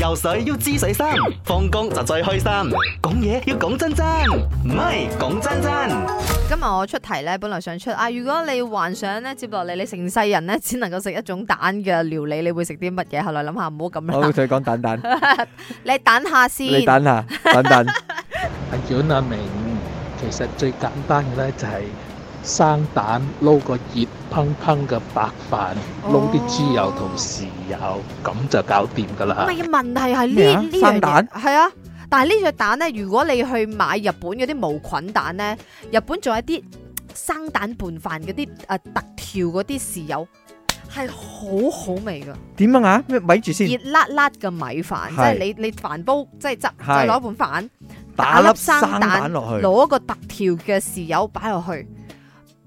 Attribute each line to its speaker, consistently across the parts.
Speaker 1: 游水要知水深，放工就最開心。講嘢要講真真，唔係講真真。
Speaker 2: 今日我出題咧，本來想出啊，如果你幻想咧，接落嚟你成世人咧只能夠食一種蛋嘅料理，你會食啲乜嘢？後來諗下唔好咁
Speaker 3: 我 好
Speaker 2: 啦，
Speaker 3: 想講 蛋蛋，
Speaker 2: 你等下先。
Speaker 3: 你等下，蛋蛋，
Speaker 4: 阿阮阿明，其實最簡單嘅咧就係生蛋撈個熱烹烹嘅白飯，撈啲豬油同豉油，咁就搞掂㗎
Speaker 2: 唔
Speaker 4: 啦。
Speaker 2: 係問題係
Speaker 3: 咩
Speaker 2: 呢
Speaker 3: 啊
Speaker 2: 呢
Speaker 3: 生
Speaker 2: 樣嘢
Speaker 3: 蛋
Speaker 2: 係啊，但係呢隻蛋咧，如果你去買日本嗰啲無菌蛋咧，日本仲有一啲生蛋拌飯嗰啲誒特調嗰啲豉油。係好好味噶，
Speaker 3: 點樣啊？咩咪住先，
Speaker 2: 熱辣辣嘅米飯，即係
Speaker 3: 係
Speaker 2: 你你飯煲，即係執
Speaker 3: 係
Speaker 2: 再攞盤
Speaker 3: 打
Speaker 2: 打
Speaker 3: 粒
Speaker 2: 粒生
Speaker 3: 生
Speaker 2: 蛋
Speaker 3: 蛋落去，
Speaker 2: 飯，攞個特調嘅豉油擺落去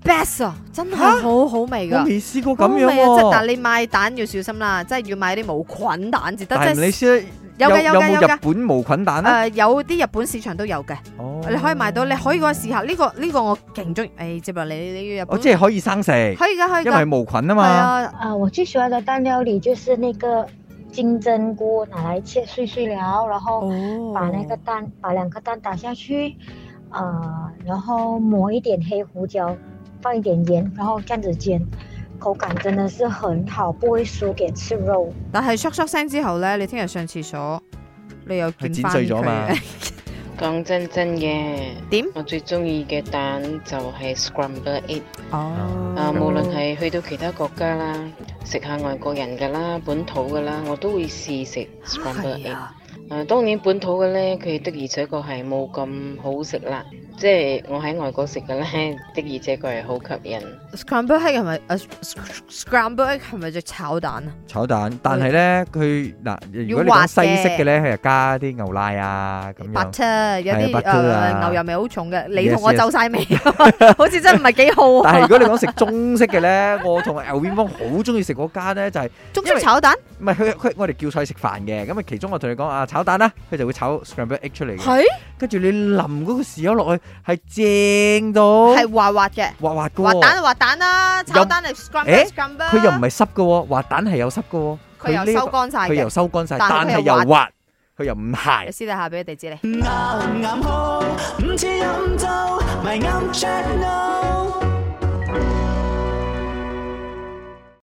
Speaker 2: ，best 啊，真係
Speaker 3: 嚇
Speaker 2: 好好味
Speaker 3: 我
Speaker 2: 噶，
Speaker 3: 未試過
Speaker 2: 好
Speaker 3: 咁
Speaker 2: 好味
Speaker 3: 樣
Speaker 2: 啊！即係但係
Speaker 3: 喎。
Speaker 2: 你買蛋要小心啦，即係要買啲無菌蛋至得，
Speaker 3: 但
Speaker 2: 即
Speaker 3: 係
Speaker 2: 係
Speaker 3: 你先
Speaker 2: 有嘅有
Speaker 3: 有
Speaker 2: 嘅有
Speaker 3: 冇
Speaker 2: 嘅
Speaker 3: 日本啊無菌蛋
Speaker 2: 誒、
Speaker 3: 咧？
Speaker 2: 有啲日本市場都有嘅，
Speaker 3: 哦
Speaker 2: 你可以買到，你可以過去試下呢、個呢、個我勁中意，誒、接落嚟你要日
Speaker 3: 我
Speaker 2: 本，
Speaker 3: 哦即係可以生食，
Speaker 2: 可以噶可以
Speaker 3: 因
Speaker 2: 噶
Speaker 3: 為，無菌啊
Speaker 2: 係
Speaker 3: 嘛。
Speaker 2: 啊，
Speaker 5: 啊，我最喜欢的蛋料理就是那个金针菇，拿来切碎碎了，然后
Speaker 2: 哦
Speaker 5: 把那个蛋，把两颗蛋打下去，呃，然后抹一点黑胡椒，放一点盐，然后这样子煎，口感真的是很好，不会输给吃肉。
Speaker 2: 但係唰唰聲之後咧，你聽日上廁所，你又見
Speaker 3: 佢剪
Speaker 2: 翻
Speaker 3: 碎咗嘛
Speaker 2: 佢，
Speaker 6: 講真真嘅，
Speaker 2: 點
Speaker 6: 我最中意嘅蛋就係 scramble egg
Speaker 2: 哦，
Speaker 6: 啊！無論係去到其他國家啦，食下外國人㗎啦、本土㗎啦，我都會試食 scramble
Speaker 2: 係
Speaker 6: egg。
Speaker 2: 啊，
Speaker 6: 啊，當然本土嘅咧，佢的而且確係冇咁好食啦。即係我喺外國食嘅咧， 的而且確係好吸引。
Speaker 2: scramble egg 係咪啊？scramble egg 係咪隻炒蛋啊？
Speaker 3: 炒蛋，但係咧佢嗱，如果你
Speaker 2: 要滑
Speaker 3: 講
Speaker 2: 嘅
Speaker 3: 西式嘅咧，佢就加啲牛奶啊咁
Speaker 2: 白
Speaker 3: 樣。
Speaker 2: 車有啲
Speaker 3: 係白車啊
Speaker 2: 誒牛油味好重嘅，你同我
Speaker 3: Yes, yes
Speaker 2: 走晒味， 好似真係唔係幾好
Speaker 3: 但係如
Speaker 2: 啊！
Speaker 3: 果你講食中式嘅咧， 我同 L V 方好中意食嗰間咧，就係
Speaker 2: 中
Speaker 3: 因
Speaker 2: 式
Speaker 3: 為
Speaker 2: 炒蛋
Speaker 3: 唔係佢佢我哋叫菜食飯嘅，咁啊其中我同你講啊炒蛋啦，佢就會炒 scramble egg 出嚟嘅，
Speaker 2: 係
Speaker 3: 跟住你淋嗰個豉油落去係正到
Speaker 2: 係滑滑嘅。
Speaker 3: 滑滑嘅
Speaker 2: 滑蛋
Speaker 3: 喎，
Speaker 2: 就滑蛋啦，炒蛋係 scramble
Speaker 3: 誒
Speaker 2: scramble，
Speaker 3: 佢又唔係濕嘅喎，滑蛋係有濕嘅喎，
Speaker 2: 佢又
Speaker 3: 呢
Speaker 2: 收
Speaker 3: 個
Speaker 2: 乾晒
Speaker 3: 佢又
Speaker 2: 嘅。
Speaker 3: 收乾晒，
Speaker 2: 但係
Speaker 3: 但
Speaker 2: 佢
Speaker 3: 係
Speaker 2: 又
Speaker 3: 又滑，佢又唔
Speaker 2: 你
Speaker 3: 鞋。
Speaker 2: 私底下俾個地址你。
Speaker 1: 啱啱好，唔似飲酒，咪啱 check no。